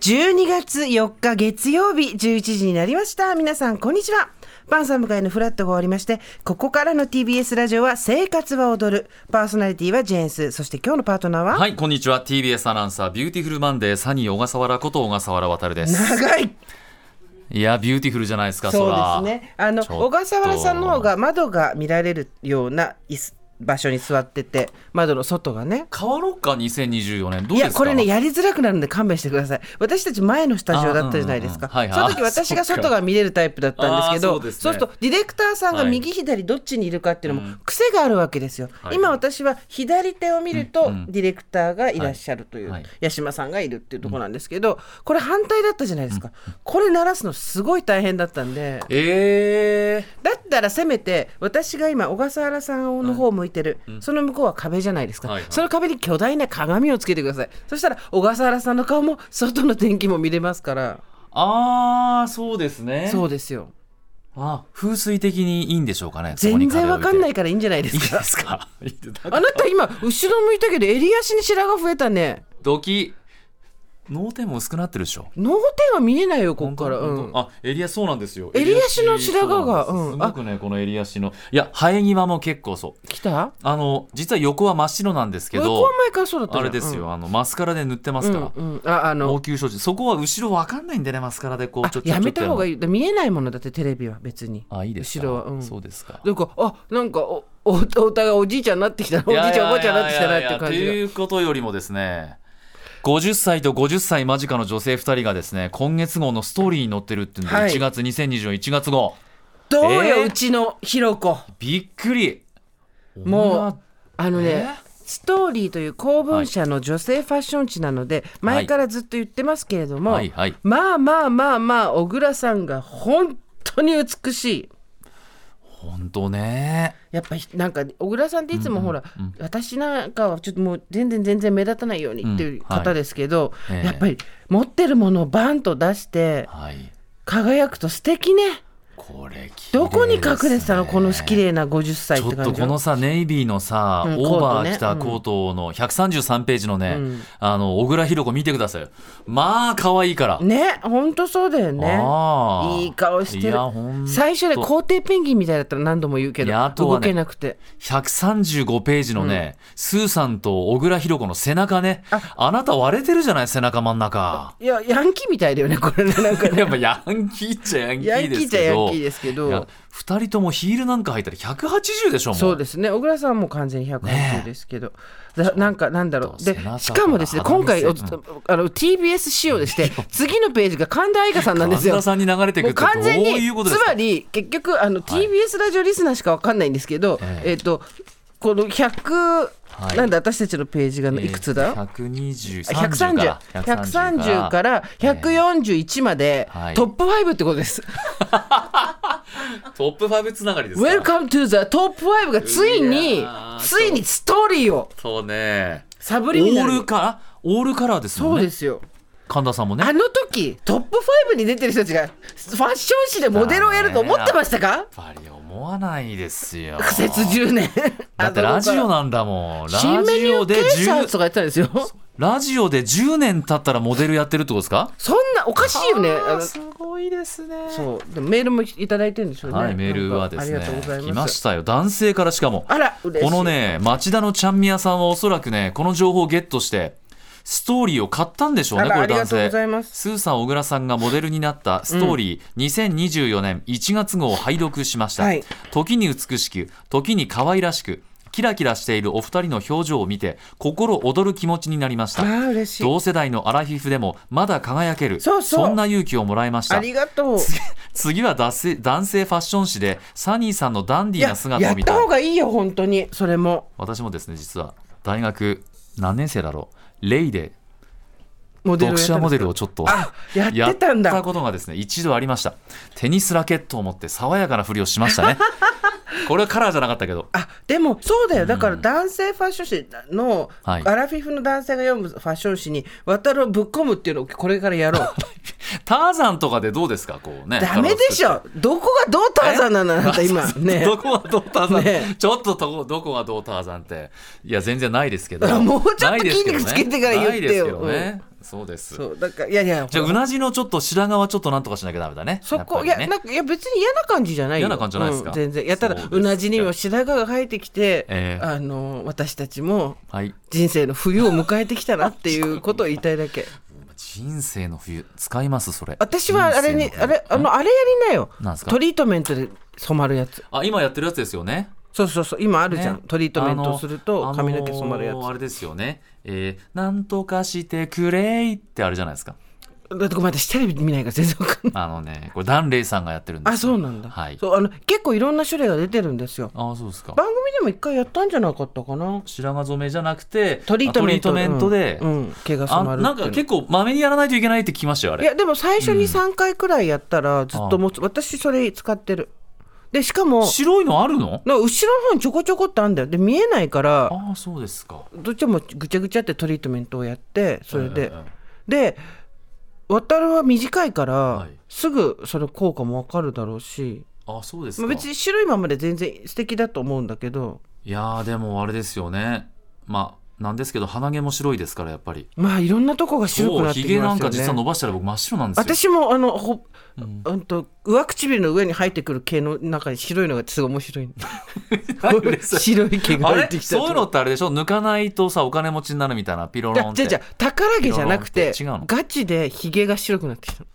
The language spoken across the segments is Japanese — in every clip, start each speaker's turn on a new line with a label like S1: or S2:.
S1: 12月4日月曜日11時になりました。皆さん、こんにちは。パンサー向かいのフラットが終わりまして、ここからの TBS ラジオは生活は踊る。パーソナリティはジェーンス。そして今日のパートナーは、
S2: はい、こんにちは。TBS アナウンサー、ビューティフルマンデー、サニー小笠原こと小笠原渉です。
S1: 長い
S2: いや、ビューティフルじゃないですか、
S1: そうです
S2: ら。
S1: ね。あの、
S2: ちょっと
S1: 小笠原さんの方が窓が見られるような椅子場所に座ってて、窓の外がね。
S2: 変わろうか、2024年。ど
S1: い
S2: うですか
S1: やこれねやりづらくなるんで勘弁してください私たち前のスタジオだったじゃないですか、
S2: あうんうんうん
S1: そ
S2: は
S1: の
S2: いはい
S1: 時私が外が見れるタイプだったんですけど
S2: あーそうですね
S1: するとディレクターさんが
S2: はい
S1: 右左どっちにいるかっていうのも癖があるわけですよ、
S2: はい
S1: 今私は左手を見ると
S2: うんうん
S1: ディレクターがいらっしゃるという、
S2: はい
S1: 八島さんがいるっていうところなんですけどこれ反対だったじゃないですか、これ鳴らすのすごい大変だったんで
S2: え
S1: だったらせめて私が今小笠原さんの方を向いてる、その向こうは壁じゃないですか、
S2: はいはい
S1: その壁に巨大な鏡をつけてくださいそしたら小笠原さんの顔も外の天気も見れますから
S2: ー、あー、そうですね。
S1: そうですよ
S2: あ、風水的にいいんでしょうかね。。
S1: 全然わかんないいからいいんじゃないで
S2: いい
S1: す
S2: で
S1: か
S2: すか。いいですだから
S1: あなた今後ろ向いたけど襟足に白髪増えたね
S2: ドキ。脳天も薄くなってるでしょ。
S1: 脳天は見えないよここから、う
S2: 本当
S1: ん、
S2: 本当あエリアそうなんですよ
S1: 襟足の白髪が
S2: そうなんです
S1: うん
S2: すごくねこのエリア足のいや生え際も結構そう
S1: 来た
S2: あの実は横は真っ白なんですけ
S1: ここ
S2: ど
S1: は前からそうだったじゃ
S2: あ
S1: ん
S2: れですよ、、あのマスカラで塗ってま
S1: うん
S2: す
S1: う
S2: から、
S1: んうん、ああ
S2: 応
S1: の
S2: 急処置そこは後ろわかんないんでねマスカラでこう
S1: あ
S2: ちょちょ
S1: やめた方が
S2: いい
S1: いい見えないものだってテレビは別に
S2: あいいですか
S1: 後ろはうん
S2: そうですか
S1: なんかあなんかおおお互いおじいちゃんになってきたなおじいちゃんおばあちゃんになってきたなっていう感
S2: いやいやいやいやと
S1: じ
S2: いうことよりもですね50歳と50歳間近の女性2人がですね今月号のストーリーに載ってるっていうんで、
S1: はい
S2: 1月2021月号
S1: がどうよ、
S2: えー
S1: うちのひろこ
S2: びっくり
S1: もうあのね、
S2: えー
S1: ストーリーという公文社の女性ファッション誌なので、前からずっと言ってますけれども、
S2: はいはい
S1: まあまあまあまあ小倉さんが本当に美しい
S2: 本当ね
S1: やっぱひなんか小倉さんっていつもほら、私なんかはちょっともう全然全然目立たないようにっていう
S2: うんは
S1: 方
S2: い
S1: ですけど、
S2: ええ
S1: やっぱり持ってるものをバンと出して
S2: はい
S1: 輝くと素敵ね。
S2: これ綺麗ですね
S1: どこに隠れてたのこの綺麗な50歳
S2: ち
S1: っ
S2: ょって
S1: 感
S2: と
S1: じ
S2: このさネイビーのさ、
S1: うん
S2: オーバ
S1: コートね
S2: ー着たコートの133ページのね、あの小倉弘子見てくださいよまあ可愛いから、
S1: ねほんとそうだよね
S2: ああ
S1: いい顔して
S2: い
S1: る
S2: やほん
S1: 最初で皇帝ペンギンみたいだったら何度も言うけど、
S2: いやあと
S1: 動
S2: はね
S1: けなくて
S2: 135ページのね、スーさんと小倉弘子の背中ね
S1: あ
S2: あなた割れてるじゃない背中真ん中
S1: いやヤンキーみたいだよねこれ ねなんかね
S2: やっぱヤンキーっちゃヤンキ
S1: ヤン
S2: ー
S1: キー
S2: です
S1: じゃ
S2: け
S1: ヤ
S2: ど
S1: ンキーですけ
S2: いや
S1: ど
S2: 2人ともヒールなんか履いたら180でしょもう
S1: そうですね小倉さんはもう完全に180ですけど、だなんかなんだろう
S2: ちょっ
S1: で
S2: と背中が
S1: しかもですね今回お
S2: 鼻水
S1: あの TBS 仕様でして次のページが神田愛花さんなんです
S2: 神
S1: よ
S2: 田さんに流れてく
S1: も
S2: る
S1: う完
S2: ってどう
S1: 全に
S2: いうことで
S1: つ
S2: すか
S1: まり結局あの
S2: はい
S1: TBS ラジオリスナーしかわかんないんですけど、
S2: ええ
S1: えっ、とこの100、
S2: はい
S1: なんだ私たちのページがいくつだ、
S2: えー ?120
S1: 130 130からら141まで、
S2: はい
S1: トップ5ってことです。
S2: トップ5つながりですか
S1: Welcome to the トップ5がついに
S2: いやー
S1: ついにストーリーを
S2: そうね
S1: サブ
S2: オ
S1: リミナ
S2: ー
S1: ル
S2: ル
S1: に
S2: カラーオールカラーですも
S1: そ
S2: ん
S1: うで
S2: ね
S1: すよ。
S2: 神田さんもね
S1: あの時トップ5に出てる人たちがファッション誌でモデルをやると思ってましたか
S2: やっぱり思わないですよ
S1: 苦節10年。
S2: だってラジオ
S1: の
S2: なんだもん
S1: 新
S2: ラ
S1: メニ
S2: ジ
S1: ュー
S2: オで
S1: 計算とか
S2: 10
S1: やってたんですよ。
S2: ラジオで10年経ったらモデルやってるってことですか
S1: そんなおかしいよね。あの
S2: すごいですね
S1: そう、でもメールもいただいてるんでしょうね。
S2: はいメールはです
S1: なんかありがとうござ
S2: ね
S1: い
S2: 来
S1: ま。
S2: ますしたよ男性からしかも
S1: あら、嬉しい。
S2: この。ね、町田のちゃんみやさんはおそらくね、この情報をゲットして、ストーリーを買ったんでしょう
S1: あ
S2: ね、
S1: ら
S2: これ
S1: ありが
S2: 男
S1: とうご
S2: 性。
S1: ざいます
S2: スーさん、小倉さんがモデルになったストーリー、2024年1月号を拝読しました。
S1: はい
S2: 時に美しく、時に可愛らしく、キラキラしているお二人の表情を見て、心躍る気持ちになりまし
S1: あ
S2: た。
S1: ー、嬉しい。
S2: 同世代のアラフィフでもまだ輝ける
S1: そうそうん
S2: な勇気をもらいまし
S1: あ
S2: た
S1: りがとう。
S2: 次は男性男性ファッション誌でサニーさんのダンディ
S1: い
S2: ー
S1: や
S2: な、姿
S1: や
S2: を
S1: っ
S2: 見
S1: た
S2: たい
S1: 方がいいよ、本当に。それも。
S2: 私もですね実は大学何年生だろうレイで
S1: モデルを
S2: 読
S1: やった
S2: 者
S1: ん
S2: モ
S1: です
S2: デルをちょっと
S1: あやってたんだ
S2: やったことがですね一度ありましたテニスラケットを持って爽やかなふりをしま したねこれはカラーじゃなかったけど
S1: あでもそうだよだから男性ファッション誌の、
S2: はい
S1: アラフィフの男性が読むファッション誌に渡るをぶっ込むっていうのをこれからや ろう
S2: ターザンとかでどうですかこうね
S1: ダメでしょどこがどうターザンなのあなた今 ね
S2: どこがどうターザン、
S1: ね
S2: ちょっとどこどこがどうターザンっていや全然ないですけど
S1: もうちょっと
S2: ないですけど
S1: 筋肉つけてから言ってよ
S2: ないですけどね、そうです
S1: そうだからいやいや
S2: じゃあ
S1: ほ
S2: う
S1: ら
S2: なじのちょっと白髪はちょっとなんとかしなきゃダメだね
S1: そこ、い
S2: やっ
S1: や
S2: ぱりね
S1: なんかいや別に嫌な感じじゃないよ
S2: 嫌な感じじゃないですか
S1: うん全然いやただ
S2: そうですか
S1: うなじにも白髪が生えてきて、
S2: ええ
S1: あの私たちも
S2: はい
S1: 人生の冬を迎えてきたなっていうことを言いたいだけ
S2: 人生の冬使いますそれ
S1: 私はあれに
S2: 人
S1: あ
S2: 生の冬
S1: れあのあれやりなよ
S2: なんですか
S1: トリートメントで染まるやつ
S2: あ今やってるやつですよね
S1: そうそうそう今あるじゃん、
S2: ね
S1: トリートメントする
S2: あ
S1: と
S2: の
S1: 髪の毛染まるやつ、
S2: あのーあれですよねえーなんとかしてくれいってあれじゃないですか
S1: だってごめん私テレビ見ないから全然わかんない
S2: あのねこれダンレイさんがやってるんですよ
S1: あそうなんだ、
S2: はい
S1: そうあの結構いろんな種類が出てるんですよ
S2: あそうですか
S1: 番組でも一回やったんじゃなかったかな
S2: 白髪染めじゃなくて
S1: トリートメント
S2: あトリートメントで、
S1: うんうん毛が染ま
S2: あ
S1: るってい
S2: な
S1: うんの
S2: か結構まめにやらないといけないって聞きましたよあ
S1: い
S2: れ
S1: やでも最初に3回くらいやったらずっと持つ、私それ使ってるでしかも
S2: 白いのあるの
S1: なんか後ろの方にちょこちょこってあるんだよで見えないから
S2: ああそうですか
S1: どっちもぐちゃぐちゃってトリートメントをやってそれで、
S2: うんうんうん
S1: で渡るは短いから、
S2: い
S1: すぐその効果もわかるだろうし、
S2: あそうです
S1: ま
S2: か
S1: あ、別に白いままで全然素敵だと思うんだけど
S2: いやーでもあれですよねまあなんですけど鼻毛も白いですからやっぱり
S1: まあいろんなとこが白く
S2: そう
S1: なって
S2: ひ
S1: き
S2: げな
S1: ま
S2: ん
S1: す
S2: か実
S1: よ
S2: は伸
S1: ね
S2: ばしたら僕真っ白なんですよ
S1: 私もあのほ、
S2: うん
S1: うんと上唇の上に生えてくる毛の中に白いのがすごい面 白いの
S2: 何嬉しい
S1: 白い毛が
S2: あ
S1: 生え
S2: れ
S1: てきたと
S2: そういうのってあれでしょ抜かないとさお金持ちになるみたいなピロ
S1: じ
S2: ロン
S1: ゃ
S2: っ
S1: じ
S2: て
S1: ゃじゃ宝毛じゃなくて
S2: ピロロンって違うの
S1: ガチでひげが白くなってきたの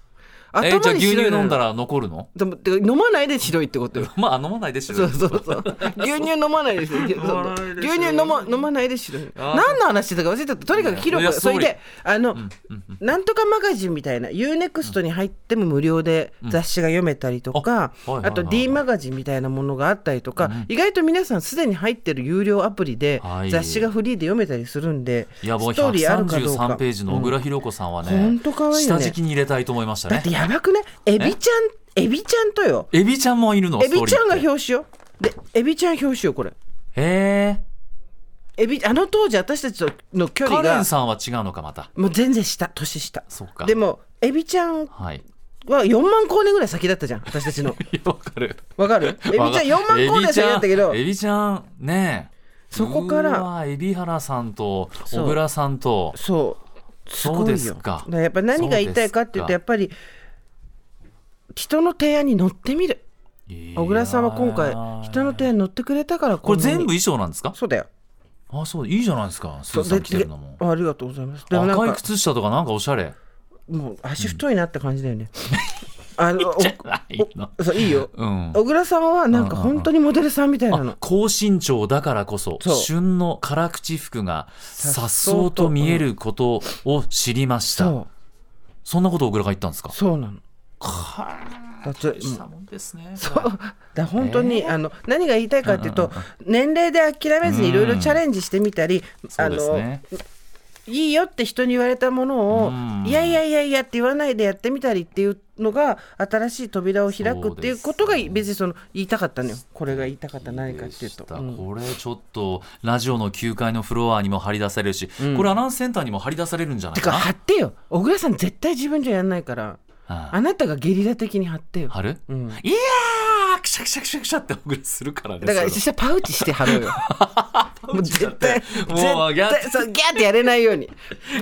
S2: えーじゃあ
S1: 頭に
S2: 牛乳
S1: 白いの
S2: 飲んだら残るの
S1: でもてか飲まないで白いってことよ
S2: まあ飲まないです
S1: そ
S2: よ
S1: うそうそう牛乳飲まない ですよ牛
S2: 飲まないですよ
S1: 乳飲ま飲まないで白い
S2: あー
S1: 何の話だか忘れたとにかく広
S2: いや
S1: くそ
S2: 総理
S1: れであの、
S2: うんうん
S1: なんとかマガジンみたいな UNEXT に入っても無料で雑誌が読めたりとか、
S2: うんあはいはいはい
S1: あと D マガジンみたいなものがあったりとか、意外と皆さんすでに入ってる有料アプリで
S2: はい
S1: 雑誌がフリーで読めたりするんで、
S2: いやもう
S1: ストーリーあるかどうか
S2: 133ページの小倉弘子さんはね、
S1: ほんと可愛いよ
S2: 下
S1: ね
S2: 敷きに入れたいと思いました
S1: だっ
S2: ね
S1: てやばくねエビちゃんエビちゃんとよ
S2: エビちゃんもいるの
S1: エビちゃんが
S2: へ
S1: 表紙よでエビちゃん表紙よこれ
S2: え
S1: エビあの当時私たちとの距離
S2: カレ
S1: が
S2: ンさんは違うのかまた
S1: もう全然下年下
S2: そっか
S1: でもエビちゃんは
S2: はい
S1: 4万光年ぐらい先だったじゃん私たちの
S2: いや わかる
S1: わかるエビちゃん4万光年先だったけど
S2: エビちゃんエビちゃんねえ
S1: そこから
S2: うわエビ原さんと
S1: そう
S2: 小倉さんと
S1: そうす
S2: そう
S1: ごい
S2: です
S1: よ
S2: か
S1: だらやっぱ何が言いたいかっていうと
S2: そうですか
S1: やっぱり人の提案に乗ってみる小倉さんは今回
S2: いやー
S1: 人の提案に乗ってくれたから
S2: こ
S1: こん
S2: れ
S1: なに
S2: 全部衣装なんですか
S1: そうだよ
S2: あそういいじゃないですかス
S1: そ
S2: ー
S1: う
S2: さん
S1: で
S2: 着てるのも
S1: でありがとうございますでもなん
S2: 赤い
S1: か
S2: 靴下とかなんかおしゃれ
S1: もう足太いなって感じだよ ね、あの
S2: じゃないの
S1: おそういいよ
S2: うん
S1: 小倉さんはなんか本当にモデルさんみたいな
S2: あ
S1: の
S2: 高身長だからこそ
S1: そう
S2: 旬の辛口服が颯爽と見えることを知りました、
S1: そ
S2: そんなことを小倉が言ったんですか
S1: うそうなの
S2: は
S1: だってもう
S2: したもんですね
S1: そうだから本当に、あの何が言いたいかっていうと、年齢で諦めずにいろいろチャレンジしてみたり、
S2: そ
S1: あ
S2: うです
S1: の
S2: ね
S1: いいよって人に言われたものを、
S2: うん
S1: いやいやいやいやって言わないでやってみたりっていうのが新しい扉を開くっていうことが
S2: そうですね
S1: 別にその言いたかったのよこれが言いたかった何かっていうと、
S2: でした
S1: うん
S2: これちょっとラジオの9階のフロアにも張り出されるし、
S1: ん
S2: これアナウンスセンターにも張り出されるんじゃな
S1: て
S2: いか
S1: か
S2: な
S1: 貼ってよ小倉さん絶対自分じゃやんないから
S2: は
S1: あなたがゲリラ的に貼ってよ
S2: い、貼る、
S1: うん
S2: いやーくしゃくしゃくしゃくしゃって小倉するからね
S1: だから
S2: そ
S1: そしたらパウチして貼ろうよもう絶対
S2: もうギャッ
S1: 絶対そうギャーってやれないように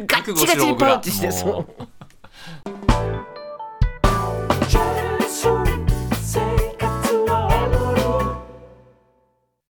S1: ガッチガチにパウチして
S2: 覚悟しろ
S1: そう